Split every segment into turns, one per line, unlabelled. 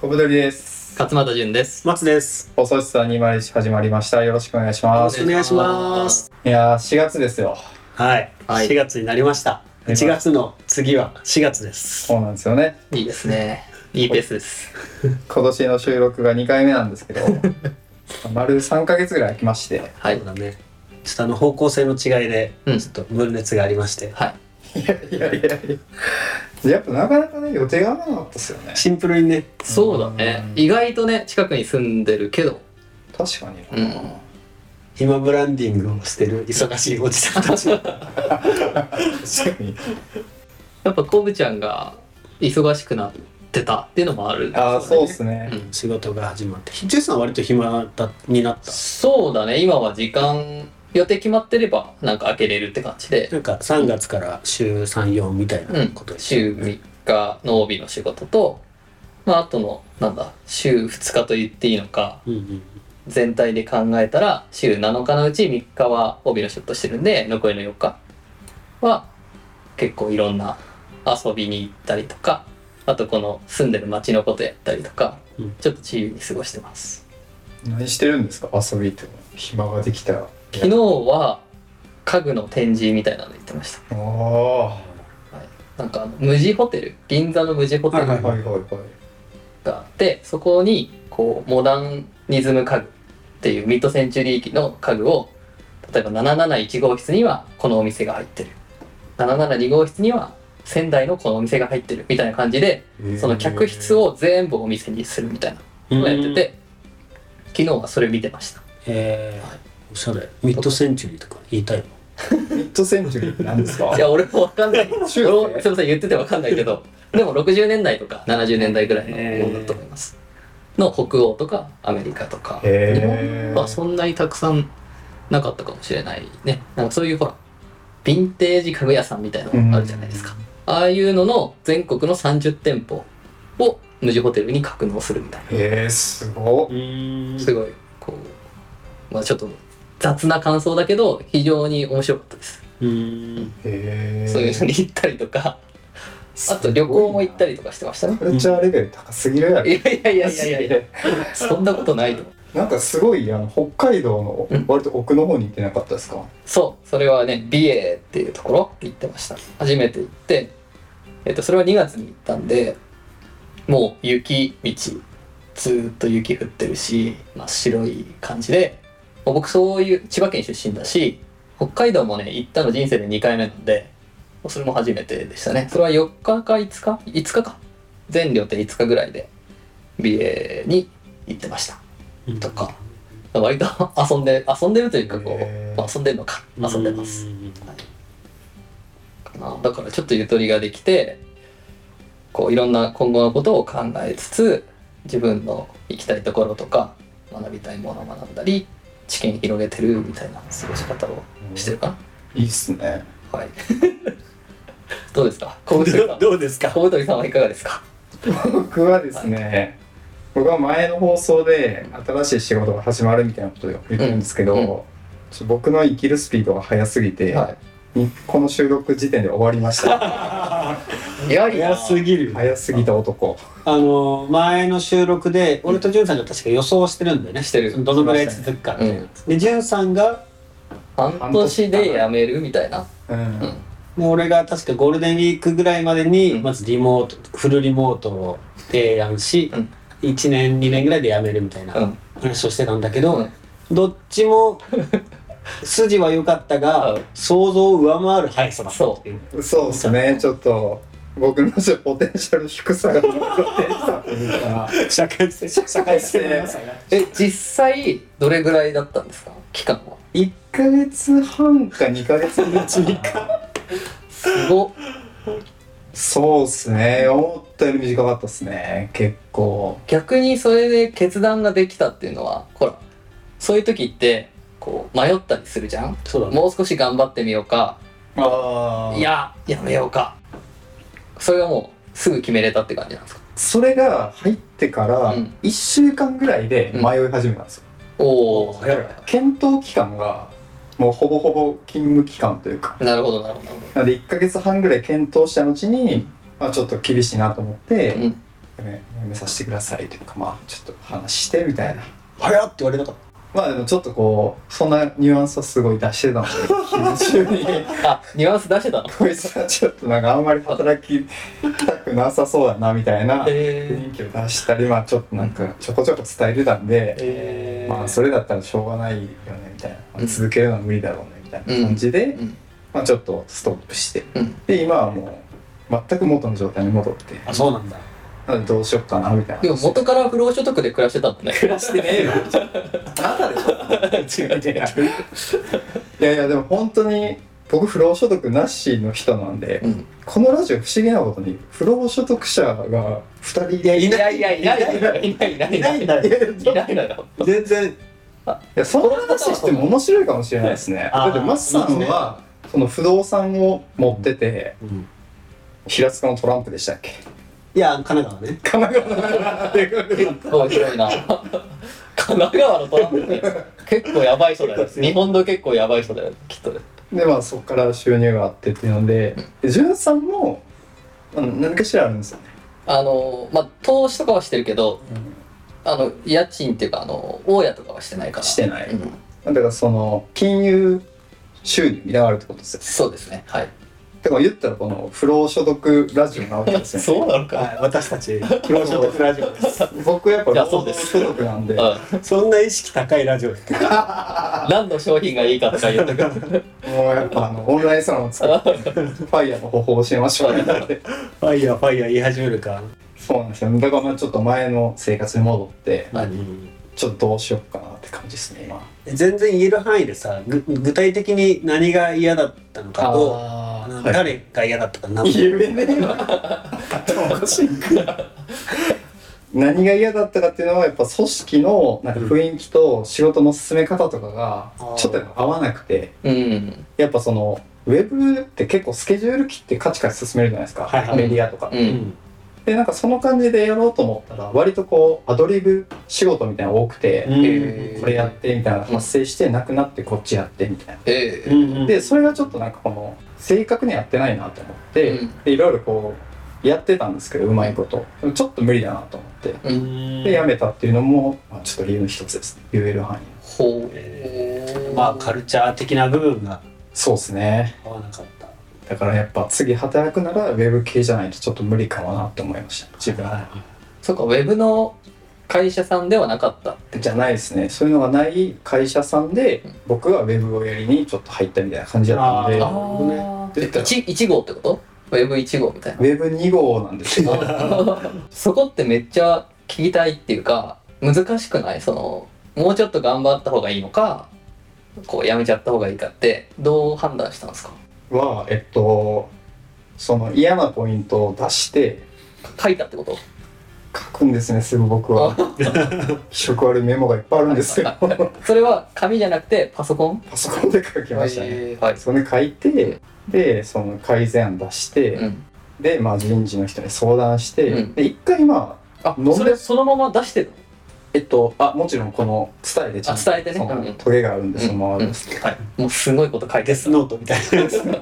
小太りです。
勝俣潤です。
松です。
放送室は201始まりました。よろしくお願いします。
お願いします。
いやー、4月ですよ。
はい。
はい
4月になりました。
なりました
1月の次は4月です。
そうなんですよね。
いいですね。いいペースです。
今年の収録が2回目なんです けど、丸3ヶ月ぐらい空きまして、
は
そ。
いう
だね。ちょっとあの方向性の違いで、
うん
ちょっと分裂がありまして、
はい。
いやいやいや、やっぱなかなかね、予定が合わなかったですよね。
シンプルにね、
そうだね
う。ん
意外とね、近くに住んでるけど、
確かにな。
うん
今ブランディングをしてる忙しいおじさんたちの
確かに。
やっぱコブちゃんが忙しくなってたっていうのもあ る。
ああ、そうっすね。
うん
仕事が始まって。ジェイさんは割と暇だになった。
そうだね。今は時間、予定決まってれば、なんか開けれるって感じで、
なんか3月から週3、4みたいなことで
週
ね
3日の帯の仕事と、まあ、あとの、なんだ、週2日と言っていいのか、
うんうん。
全体で考えたら週7日のうち3日は帯の仕事してるんで残りの4日は結構いろんな遊びに行ったりとかあとこの住んでる町のことやったりとか、
うん
ちょっと自由に過ごしてます
何してるんですか遊びって。暇ができたら。
昨日は家具の展示みたいなの行ってまし
ああ。は
た、はい、なんかあの無地ホテル銀座の無地ホテル
はいはいい
はいはい。
があってそこにこうモダニズム家具っていうミッドセンチュリー機の家具を例えば771号室にはこのお店が入ってる772号室には仙台のこのお店が入ってるみたいな感じでその客室を全部お店にするみたいなのをやってて昨日はそれ見てました
え
はい
ー、おしゃれ。ミッドセンチュリーとか言いたいの
ミッドセンチュリーって何ですか
いや俺もわかんない
中
俺
学
もすいません言っててわかんないけ どでも60年代とか70年代ぐらいのものだと思いますの北欧とかアメリカとか日
へ
本は
ー
そんなにたくさんなかったかもしれないねなんかそういうほらヴィンテージ家具屋さんみたいなのあるじゃないですか、ああいうのの全国の30店舗を無地ホテルに格納するみたい
へえすごっ
な
う
すごいこうまあちょっと雑な感想だけど非常に面白かったです、
うん。
へえ
そういうのに行ったりとかあと旅行も行ったりとかしてましたね
カルチャーレベル高すぎるやろ
いやいやいやいやいやいや そんなことないと
なんかすごいあの北海道の
うん
割と奥の方に行ってなかったですか、
そう、それはね、美瑛っていうところ行ってました。初めて行って、えっと、それは2月に行ったんで、もう雪道、ずーっと雪降ってるし、真っ白い感じで、もう僕そういう、千葉県出身だし、北海道もね、行ったの人生で2回目なんで、もうそれも初めてでしたね。それは4日か5日 ?5 日か。全旅程5日ぐらいで、美瑛に行ってました。とか、割と 遊んで、遊んでるというか、こ
へー
う、まあ遊んでるのか、
うん
遊んでます。。かなだからちょっとゆとりができてこういろんな今後のことを考えつつ自分の行きたいところとか学びたいものを学んだり知見広げてるみたいな過ごし方をしてるか
いいっすね
な、はい どうですか小太りさん
どうですか
小太りさんはいかがですか
僕はですね、僕は前の放送で新しい仕事が始まるみたいなことを言ってるんですけど、
うんうん
ちょ僕の生きるスピードが速すぎて、
は
にこの収録時点で終わりました
いやりな
早すぎるよ。
早すぎた男
あの前の収録で俺とじゅんさんが確か予想してるんだよね。
してる
どのぐらい続くかっていう
う。ん
でじゅんさんが
半年で辞めるみたいな、
うん、
うん
で俺が確かゴールデンウィークぐらいまで
う
に
ん
まずリモートフルリモートを提案し
うん、
1年2年ぐらいで辞めるみたいな
うん
話をしてたんだけど、
うん
どっちも筋は良かった
う
が
ん
想像を上回る速さだったっていう。
そうですねちょっと僕のポテンシャル低さが残ってたというか
社会性社
会性の良さ
え実際どれぐらいだったんですか期間は
1ヶ月半か2ヶ月のうちに
すごっ
そうっすね思ったより短かったっすね結構
逆にそれで決断ができたっていうのはほらそういう時ってこう迷ったりするじゃん
そうだね。
もう少し頑張ってみようか
あ
いややめようかそれはもうすぐ決めれたって感じなんですか
それが入ってから
うん
1週間ぐらいで迷い始めたんですよ、
おお
早い
検討期間がもうほぼほぼ勤務期間というか
なるほどなるほどなる
なので1ヶ月半ぐらい検討した後に、まあ、ちょっと厳しいなと思って、
ほどうん
ね、やめさせてくださいというかまあちょっと話してみたいな
早っって言われなかっ
まあでもちょっとこうそんなニュアンスはすごい出してたの で気持ちに
あニュアンス出してたの
こいつはちょっとなんかあんまり働きたくなさそうだなみたいな
え
雰囲気を出したりまあちょっとなんかちょこちょこ伝えてたんで、
えー
まあそれだったらしょうがないよねみたいな、
うん
続けるのは無理だろうねみたいな感じで、
うん
まあ、ちょっとストップして、
うん
で今はもう全く元の状態に戻って
たあそうなんだ
なのでどうしよっかなみたいな
でも元から不労所得で暮らしてたんだね
暮らしてねえよあなたでしょ
違う違う
いやいやでも本当に僕不労所得なしの人なんで、
うん
このラジオ不思議なことに不労所得者が2人いや
いないいないいないいないいないいないいないいな
いやい
いいないのよ
全然
やその話しても面白いかもしれないですねだ
あー
ってマスさんはその不動産を持ってて平塚のトランプでしたっけ
いや神奈川ね
神奈川の
すごい広いな 神奈川のトランプね結構やばい人だよ日本の結構やばい人だよきっとね
でまあそこから収入があってっていうのでで潤さんもあの何かしらあるんですよね、
あのまあ投資とかはしてるけどあの家賃っていうかあの大家とかはしてないから
してない
うん
だからその金融収入みたいなのがあるってことですよ
そうですねはい
だから言ったらこの不労所得ラジオなわけですよね
そうなのか
はい私たち不労所得ラジオです
僕やっぱ
いやそ
労
うで
働
す
所得なんで
うん
そんな意識高いラジオです
何の商品がいいかとか言って くる
もうやっぱあのオンラインサロン作ってファイヤーの方法を教えましょうみたいな
ファイヤーファイヤー言い始めるか
そうなんですよだからまあちょっと前の生活に戻って
はい
うん
ちょっとどうしようかなって感じですね今
全然言える範囲でさぐ具体的に何が嫌だったのかと
あ
な
誰
誰が嫌だったかな
言えねえわおかしい 何が嫌だったかっていうのはやっぱ組織のなんか雰囲気と仕事の進め方とかがちょっとやっぱ合わなくて
うん
やっぱそのウェブって結構スケジュール切ってカチカチ進めるじゃないですか、
はいはい
メディアとか、
う
うんん
でなんかその感じでやろうと思ったら割とこうアドリブ仕事みたいなの多くて、
えー
これやってみたいなの発生してなくなってこっちやってみたいな
ええ
うん
でそれがちょっとなんかこの正確にやってないなと思って、
うん
でいろいろこうやってたんですけどうまいことでもちょっと無理だなと思って
うん
でやめたっていうのも、まあ、ちょっと理由の一つですね言える範囲
ほ
え
う
ーまあカルチャー的な部分が
そうですね
合わなかった
だからやっぱ次働くならウェブ系じゃないとちょっと無理かもなって思いました自分は
そうかウェブの会社さんではなかった
じゃないですねそういうのがない会社さんで
うん
僕はウェブをやりにちょっと入ったみたいな感じだった
あ
の
ー
でで
一一号ってことウェブ1号みたいな
ウェブ2号なんです けど
そこってめっちゃ聞きたいっていうか難しくないそのもうちょっと頑張った方がいいのかこうやめちゃった方がいいかってどう判断したんですか
はえっとその嫌なポイントを出して
書いたってこと
書くんですねすぐ僕は気色悪いメモがいっぱいあるんですけど
それは紙じゃなくてパソコン
パソコンで書きましたね、
えーはい
それで書いてでその改善案出して、
うん
で、まあ、人事の人に相談して、
うん
で一回まあ
あ
飲んで
それそのまま出してる
えっとあもちろんこの伝えでちゃんと
あ伝えてね
その
うん
トゲがあるんでそのまま
うん
ですけど、
のもうすごいこと書いて
デ
る
スノートみたいな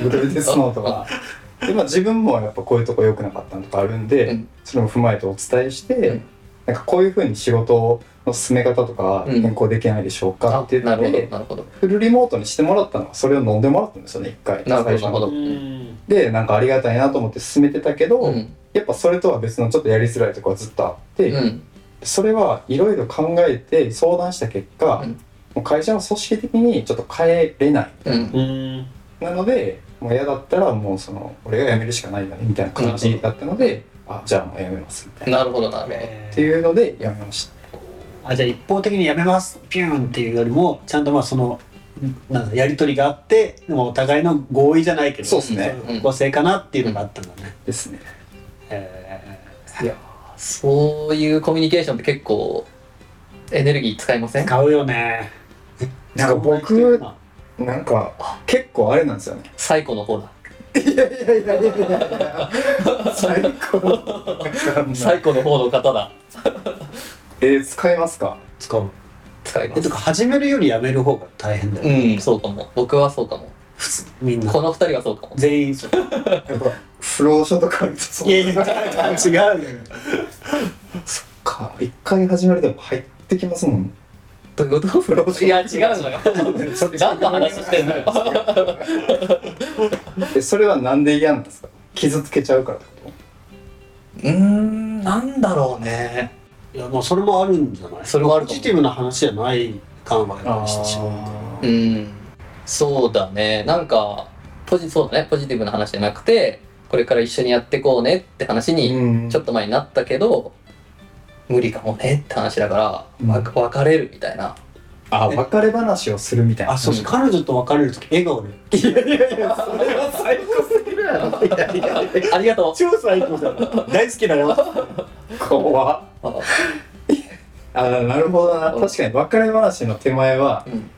ブルーデスノート が。でまあ、自分もやっぱこういうとこ良くなかったのとかあるんで、
うん
それも踏まえてお伝えして、
うん
なんかこういうふうに仕事の進め方とか
うん
変更できないでしょうか
あ
って言
な
っ
るほど
て、
なるほど
フルリモートにしてもらったのはそれを飲んでもらったんですよね一回
なるほどなるほど
うん
でなんかありがたいなと思って進めてたけど、
うん
やっぱそれとは別のちょっとやりづらいところがずっとあって、
うん
それはいろいろ考えて相談した結果、
うん
もう会社の組織的にちょっと変えれない
うん
うん
なのでもう嫌だったらもうその俺が辞めるしかないよねみたいな感じだったので、あじゃあもう辞めますみたいな、
なるほどなるほど
っ
っていうので辞めました
あじゃあ一方的にやめますピューンっていうよりもちゃんとまあそのなんだやり取りがあってでもお互いの合意じゃないけど
そうっすね
の方向性かなっていうのがあったんだね、
ですね
え
そういうコミュニケーションって結構エネルギー使いませ
ー
ん
使うよね
なんか僕なんか結構あれなんですよね
最古の方だ
いやいやいやいやいや最高
最古の方の方だ
えー使えますか
使う
使いま
えと
す
か始めるよりやめる方が大変だよ、
うんそうかも僕はそうかも
みんな
この二人はそうかも
全員そう
やっぱ不不労所とかあるとそう
いやいや違うよ
そっか一回始めるでも入ってきますもん
どういうこと
不老者
いや違う のよ何の話してんのよ
えそれはなんで嫌なんですか傷つけちゃうからってこ
うーんなんだろうね
いやまあそれもあるんじゃない
それもある
ポ
かも
ジティブな話じゃない感は
と
やっぱりしてしま
う
う
うんんそうだねなんかポジそうだねポジティブな話じゃなくてこれから一緒にやってこうねって話に
うん
ちょっと前になったけど、無理かもねって話だから、
うん
わ別れるみたいな
あ別れ話をするみたいな
あそうそう、彼女と別れる時笑顔で
いやいやいやそれは最高すぎるやろいやいやいや
ありがと
超最高だ大好きだよ
怖っ
うあ
あなるほどな確かに別れ話の手前は
うん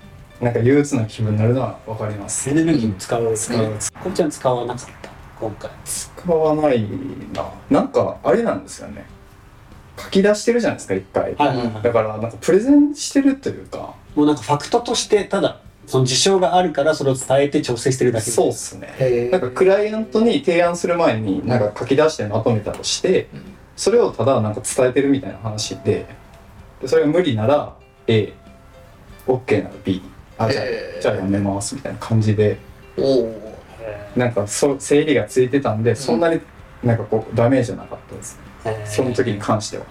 なんか憂鬱な気分になるのは分かります
エネルギー使う
使
使
う
うこっちゃん使わなかった今回
使わないななんかあれなんですよね書き出してるじゃないですか一回
はいはいはい
だからなんかプレゼンしてるというか
もうなんかファクトとしてただその事象があるからそれを伝えて調整してるだけ
そうっすね
へ
なんかクライアントに提案する前になんか書き出してまとめたとして
うん
それをただなんか伝えてるみたいな話ででそれが無理なら AOK なら B あじゃあ
へー
じゃあやめますみたいな感じで
おお
へ
なんかそう整理がついてたんでそんなになんかこうダメージはなかったです、
ー
その時に関しては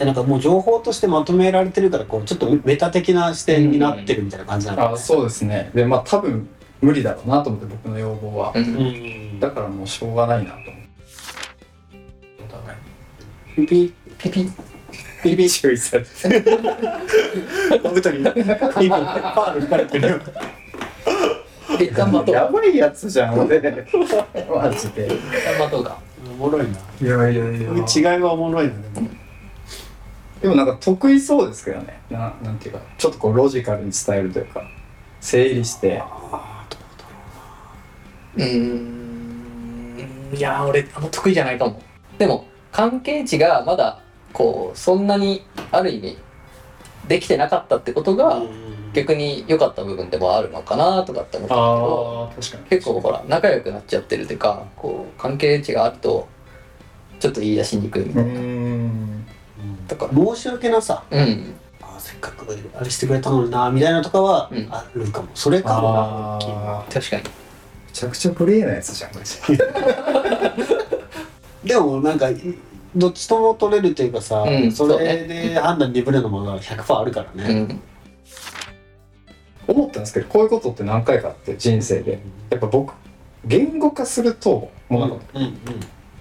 でなんかもう情報としてまとめられてるからこうちょっとメタ的な視点になってるみたいな感じなの
あそうですねでまあ多分無理だろうなと思って僕の要望は
う
うん ん
だからもうしょうがないなと思ってお互い
ピピ
ピピ
ピピ注意されて
お二人ピピパール引かれてるよ
一旦待とう
やばいやつじゃん俺マジで
一旦待とうか
おもろい ない
やいやい
違いはおもろいなでも
でもなんか得意そうですけどねななんていうかちょっとこうロジカルに伝えるというか整理して
うーんいや俺あんま得意じゃないかもでも関係値がまだこうそんなにある意味できてなかったってことが逆に良かった部分でもあるのかなとかって思ったけど
あ確かに
結構ほら仲良くなっちゃってるっていうかこう関係値があるとちょっと言い出しにくいみ
う
た
ー
いなんとか
申し訳なさ
うん
あーせっかくあれしてくれたのになみたいなとかは
うん
あるかもそれかもな大きいな
あー
確かに
めちゃくちゃプレイなやつじゃんマジで
でもなんかどっちとも取れるというかさ、
うん
そ
そう
れ
ね
で判断鈍るのものは100%あるから
う
ね、
ん
思ったんですけどこういうことって何回かあって人生でやっぱ僕言語化するともうなんか、
うんうん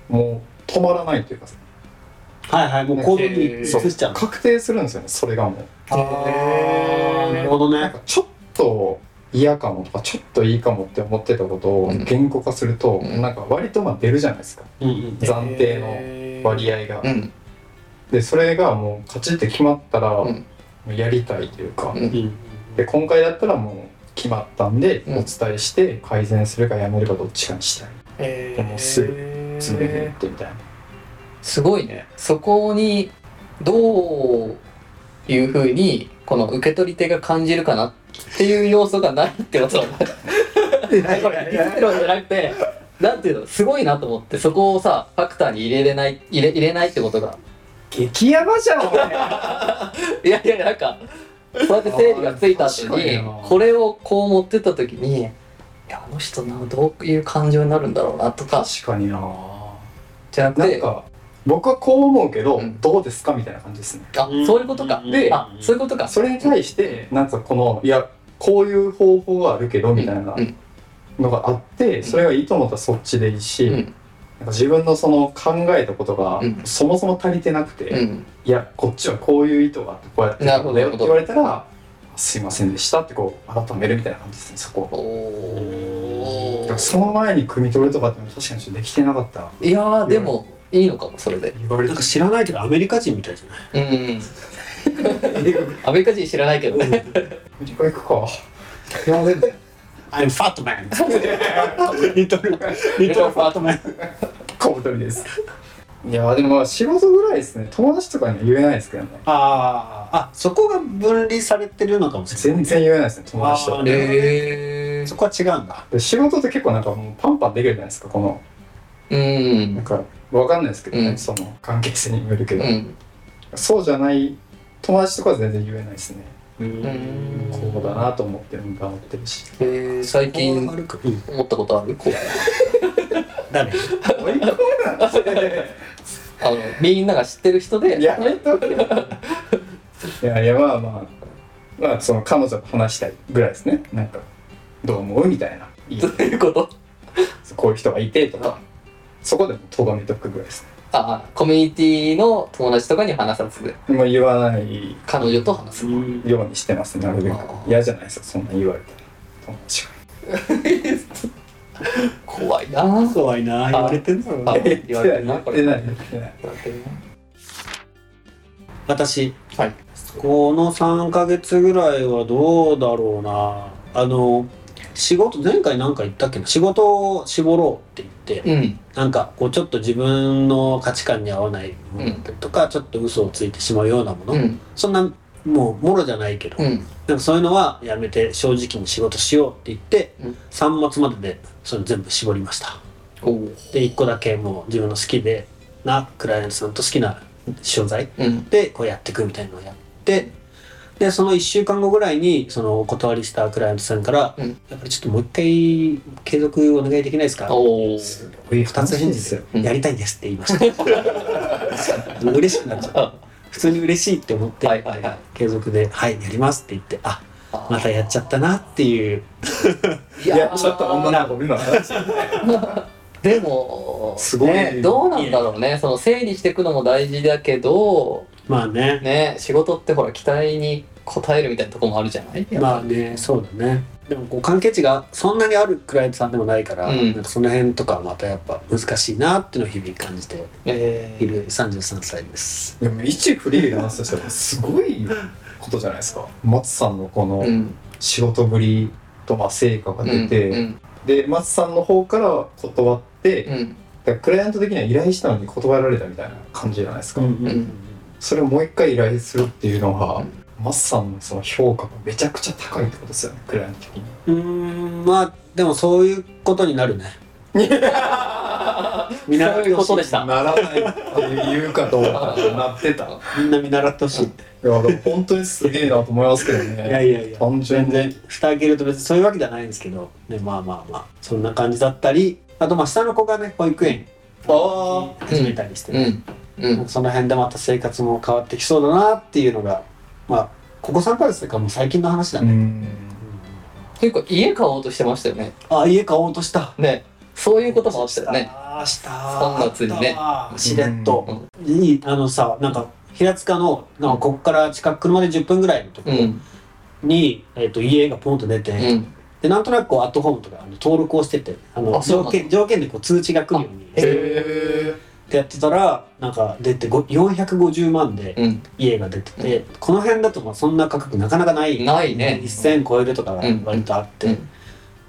もう止まらないというか
はいはいもう行動に
へ
移
ー
しちゃう
確定するんですよねそれがもう
あ
あーなるほど
なん
ね
かちょっと嫌かもとかちょっといいかもって思ってたことを
うん
言語化すると、
うん
なんか割とまあ出るじゃないですか
うんうん
暫定の割合が、
うん
でそれがもうカチッて決まったら、
うん
もうやりたいというか、
うん
うん
で今回だったらもう決まったんで、
うん
お伝えして改善するかやめるかどっちかにしたいでもすぐ詰めていってみたいな、
すごいねそこにどういうふうにこの受け取り手が感じるかなっていう要素がないってことこれ言ってるわけじゃなくてなんていうのすごいなと思ってそこをさファクターに入れれない入れ入れないってことが
激ヤバじゃん 俺
いやいやなんかそうやって整理がついた
あ
後
ー確
に
かにな
これをこう持ってった時にいやあの人などういう感情になるんだろうなとか
確かにな
じゃなく
なん
て
か僕はこう思うけど、
うん
どうですかみたいな感じですね
あそういうことか
うん
で
あそういうことか
それに対してなんかこのいやこういう方法があるけどみたいな
うん
のがあって、
ん
それがいいと思ったらそっちでいいし、
うん
なんか自分のその考えたことが
うん
そもそも足りてなくて、
う
い
ん
やこっちはこういう意図があってこうやって
なるほど
だよって言われたらすいませんでしたってこう改めるみたいな感じですねそこ
おお
だからその前に汲み取るとかっていうのは確かにちょっとできてなかった
いやーでもいいのかもそれで
言われ
な
て
んか知らないけどアメリカ人みたいじゃない
うんうんアメリカ人知らないけどね
アメリカ行くかいやでも
I'm fat man リトルリトルファットマン
小太りですいやでもまあ仕事ぐらいですね友達とかには言えないですけどね
あーあそこが分離されてるのかもしれな
全
い
然言えないですね友達と
あー
へえ
そこは違うんだ
で仕事って結構なんかもうパンパンできるじゃないですかこの
う
なん
ん
かわかんないですけどね、
うん
その関係性にもよるけ
う
ど、
ん
そうじゃない友達とかは全然言えないですね
ん
こうだなと思って頑張ってるし
えー最近
こうなるかうん
思ったことあるこう
誰
追い込むなって
あのみんなが知ってる人で
やめとけよいやいやまあまあまあその彼女と話したいぐらいですねなんかどう思うみたいないい
どういうこと
こういう人がいてとかそこでもとどめとくぐらいです
あコミュニティの友達とかに話さず
ねもう言わない
彼女と話す
ようにしてますなるべく
あー
嫌じゃないですかそんな言われたら友達が
怖いなぁ
怖いな言われてんだろうな
あ言われてるな
言っ
こ
て
れ
ない言ってない
私
はい
この3ヶ月ぐらいはどうだろうなあの仕事前回なんか言ったっけな仕事を絞ろうって言って
うん
なんかこうちょっと自分の価値観に合わないものだったりとか、ちょっと嘘をついてしまうようなもの、
うん
そんなもうもろじゃないけど、
うん
なんかそういうのはやめて正直に仕事しようって言って、
うん
3末まででそれ全部絞りました
おう
で1個だけもう自分の好きでなクライアントさんと好きな商材
うん
でこうやっていくみたいなのをやってでその1週間後ぐらいにそのお断りしたクライアントさんから「
うん
やっぱりちょっともう一回継続お願いできないですか?」
おう
すごい
二つ返事で
うん
やりたいですって言いました。嬉しくなっちゃった。普通に嬉しいって思って、
はいはいはい
継続で、はい、やりますって言って、あ、
あ
またやっちゃったなっていう。
い
いやちょっと
女
女の子見るの
でも
すごい
ねどうなんだろうねその整理していくのも大事だけど
まあね。
ね仕事ってほら期待に応えるみたいなとこもあるじゃない
まあね、そうだね。でもこう関係値がそんなにあるクライアントさんでもないから、
うん
なんかその辺とかはまたやっぱ難しいなっていうのを日々感じて
え
いる33歳です。
でも一フリーランスとしてもすごいことじゃないですか松さんのこの
うん
仕事ぶりとまあ成果が出て、
うん
で松さんの方から断って、
うんうん
だからクライアント的には依頼したのに断られたみたいな感じじゃないですか、
うん
それをもう一回依頼するっていうのは、
うん
松さんのその評価がめちゃくちゃ高いってことですよねクライアント的に
うーん、まあでもそういうことになるね。 見習
そ
っ
う
て
いう
ほ
こ
しい
とでした
ならないっていうかどうかなってたい
みんな見習ってほしい。
やでも本当にすげえなと思いますけど
いや
ね
いやいや。
単純
全
に
然蓋開けると別にそういうわけじゃないんですけど、ね、まあまあまあそんな感じだったりあとまあ下の子がね保育園
あ
始めたりして、
うんうん
その辺でまた生活も変わってきそうだなっていうのがまあここ3ヶ月というかもう最近の話だ
う
ね、
ん
結構家買おうとしてましたよね
あ家買おうとした
ねそういうこともあったよね
ああした
3月にね
あったわしれっと、いいあのさなんか平塚のなんかここから近く車で10分ぐらいのとこ
うん
に、えっと家がポンと出て、
うん
でなんとなくこうアットホームとかあの登録をしててあの
あそうな
条
んだ
件条件でこう通知が来るように
へ
え
え
ってやってたらなんか出てご450万で
うん
家が出てて、この辺だとまあそんな価格なかなかない、
ないね
1000超えるとかが
うん
割とあって、
うん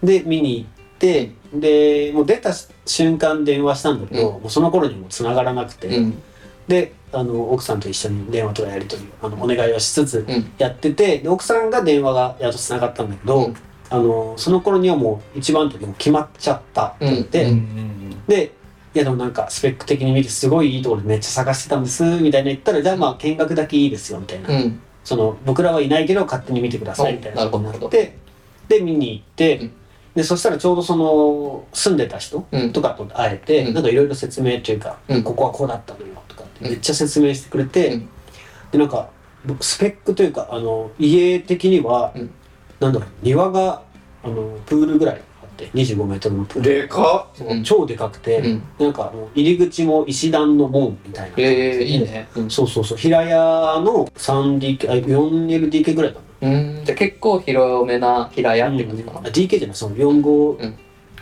で見に行ってでもう出た瞬間電話したんだけど、もうその頃にもう繋がらなくて、
うん
であの奥さんと一緒に電話とかやり取りあのお願いをしつつ
うん
やっててで奥さんが電話がやっと繋がったんだけど、
うん
あのその頃にはもう一番時もう決まっちゃったって言って、
うん
でいやでもなんかスペック的に見てすごいいいところでめっちゃ探してたんですみたいな言ったらじゃあまあ見学だけいいですよみたいな、
うん
その僕らはいないけど勝手に見てくださいみたいなことになってで見に行って、
うん
でそしたらちょうどその住んでた人
うん
とかと会えて、
うん
なんかいろいろ説明というか、
うん
ここはこうだったのよとかって
うん
めっちゃ説明してくれて、
うん
でなんかスペックというかあの家的には、
うん
なんだろう庭があのプールぐらいあって25メートルのプール
でか
そう超でかくて、
うん
なんかあの入り口も石段の門みたいな、
ええいいねうん
そうそうそう平屋の 3DK あ 4LDK ぐらいかな
うんじゃあ結構広めな平屋って感じか
あ
な
DK じゃないその4号
うん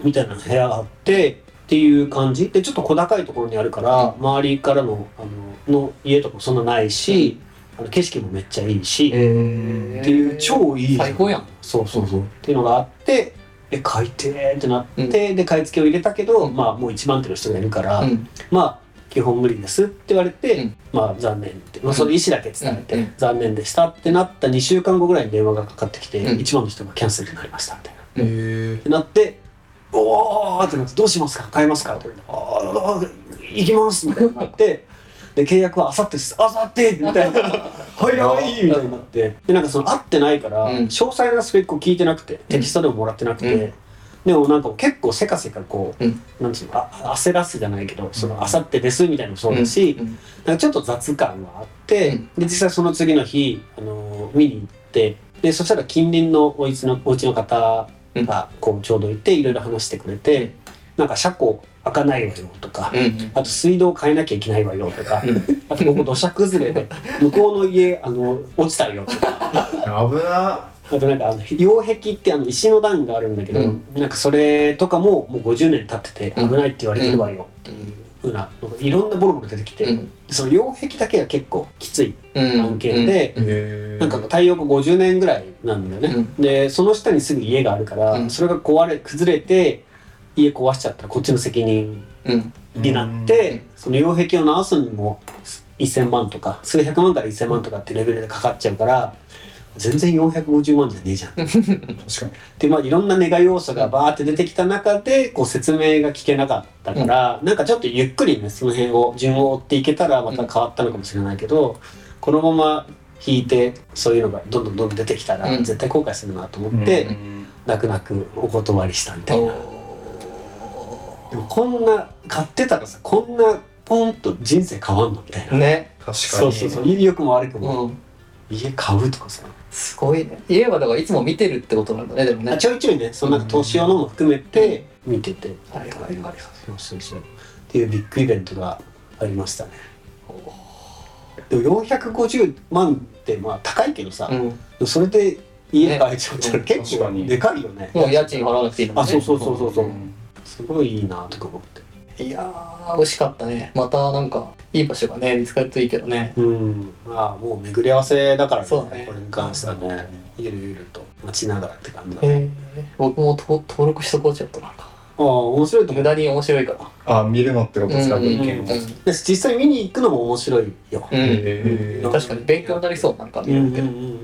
みたいな部屋があってっていう感じでちょっと小高いところにあるから、周りからのあのの家とかもそんなないし、あの景色もめっちゃいいし、
え
っていう超いい
最高やん
そうそうそうっていうのがあってえ買いてーってなって、で買い付けを入れたけど、
うん
まあもう1万手の人がいるから、
うん
まあ基本無理ですって言われて、
うん
まあ残念って、まあ、
うん
その意思だけ伝えて、
うん
残念でしたってなった2週間後ぐらいに電話がかかってきて、
うん
1万の人がキャンセルになりましたみたいな。っ
へえ
てなっておおーってなってどうしますか買いますかって言ってあー行きますみたいになってで契約はあさってですあさってみたいな早いみたいになってでなんかその会ってないから、
うん
詳細なスペックを聞いてなくてテキストでももらってなくて、
うん
でもなんか結構せかせかこう、
うん
なんていうのあ焦らすじゃないけどそのあさってですみたいなのもそうだし、
うん
なんかちょっと雑感があって、
うん
で実際その次の日、あのー見に行ってでそしたら近隣のお家のお家の方がこうちょうどいていろいろ話してくれてなんか車庫開かないわよとか、
うん
あと水道変えなきゃいけないわよとか、
うん
あとここ土砂崩れで向こうの家あの落ちたよとか
危な
あとなんかあの擁壁ってあの石の段があるんだけど、
うん
なんかそれとかももう50年経ってて危ないって言われてるわよっていうふうなのがいろんなボロボロ出てきて、
うん
その擁壁だけが結構きつい。
うん
案件で
うん
へ
なんか太陽光50年ぐらいなんだよね、でその下にすぐ家があるから、
うん
それが壊れ崩れて家壊しちゃったらこっちの責任
うん
になって、
うん
その擁壁を直すにも1000万とか数百万から1000万とかってレベルでかかっちゃうから全然450万じゃねえじゃん
確かに
でまあいろんなネガ要素がバーって出てきた中でこう説明が聞けなかったから、なんかちょっとゆっくりねその辺を順を追っていけたらまた変わったのかもしれないけど、このまま引いてそういうのがどんどんどんどん出てきたら
うん
絶対後悔するなと思って、
うん
泣く泣くお断りしたみたいな、
お
でもこんな買ってたらさこんなポンと人生変わんのみたいな、
ーね
確かに
そうそうそう良くも悪くも、
うん
家買うとかさ、
すごいね家はだからいつも見てるってことなんだねでもね
あちょいちょいねそのなんか投資用のも含めて見てて、
はいはいはいはい
そうそうそうっていうビッグイベントがありましたねでも450万ってまあ高いけどさ、
うん
それで家買えちゃったら
ね
結構
確かに
でかいよね、
もう家賃払わなくていいのね
あそうそうそうそうそう、
ん
すごいいいなとか思って
いやー惜しかったねまたなんかいい場所がね見つかるといいけどね
うんまあもう巡り合わせだからね
そうだね
これに関してはねゆるゆると待ちながらって感じだね、
えー、僕もと登録しとこうちょっとなんか
ああ面白いと思
無
う
駄に面白いから
あ見るのってことですか
うん
文
う
献
ん
をへ
で実際見に行くのも面白いよ、
うん
え
うん
確かに勉強になりそうなんか見るって、
うん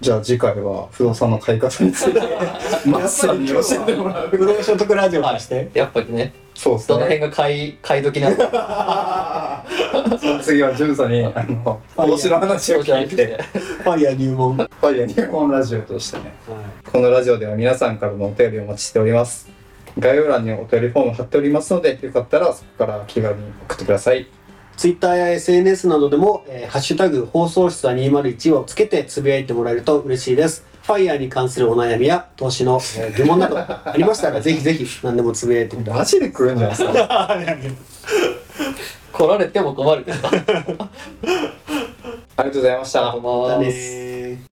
じゃあ次回は不動産の買い方についてまっすぐに教えてもらう
不労所得ラジオとして。
やっぱりね
そうです
どの
ね
辺が買い買い時なのか
次はジュンさんにあの投資の話を聞いて
ファイヤー入門。はい。
ファイヤー日本ラジオとしてねこのラジオでは皆さんからのお便りをお待ちしております概要欄にお便りフォームを貼っておりますのでよかったらそこから気軽に送ってください
ツイッターや SNS などでも、えーハッシュタグ放送室は201をつけてつぶやいてもらえると嬉しいです。ファイヤーに関するお悩みや投資の、えー疑問などありましたら、ぜひぜひ何でもつぶやいてくだ
マジで来るんじゃないですか
さい。
来られても困るけど
ありがとうございました
頼ま
だね
ーす
ー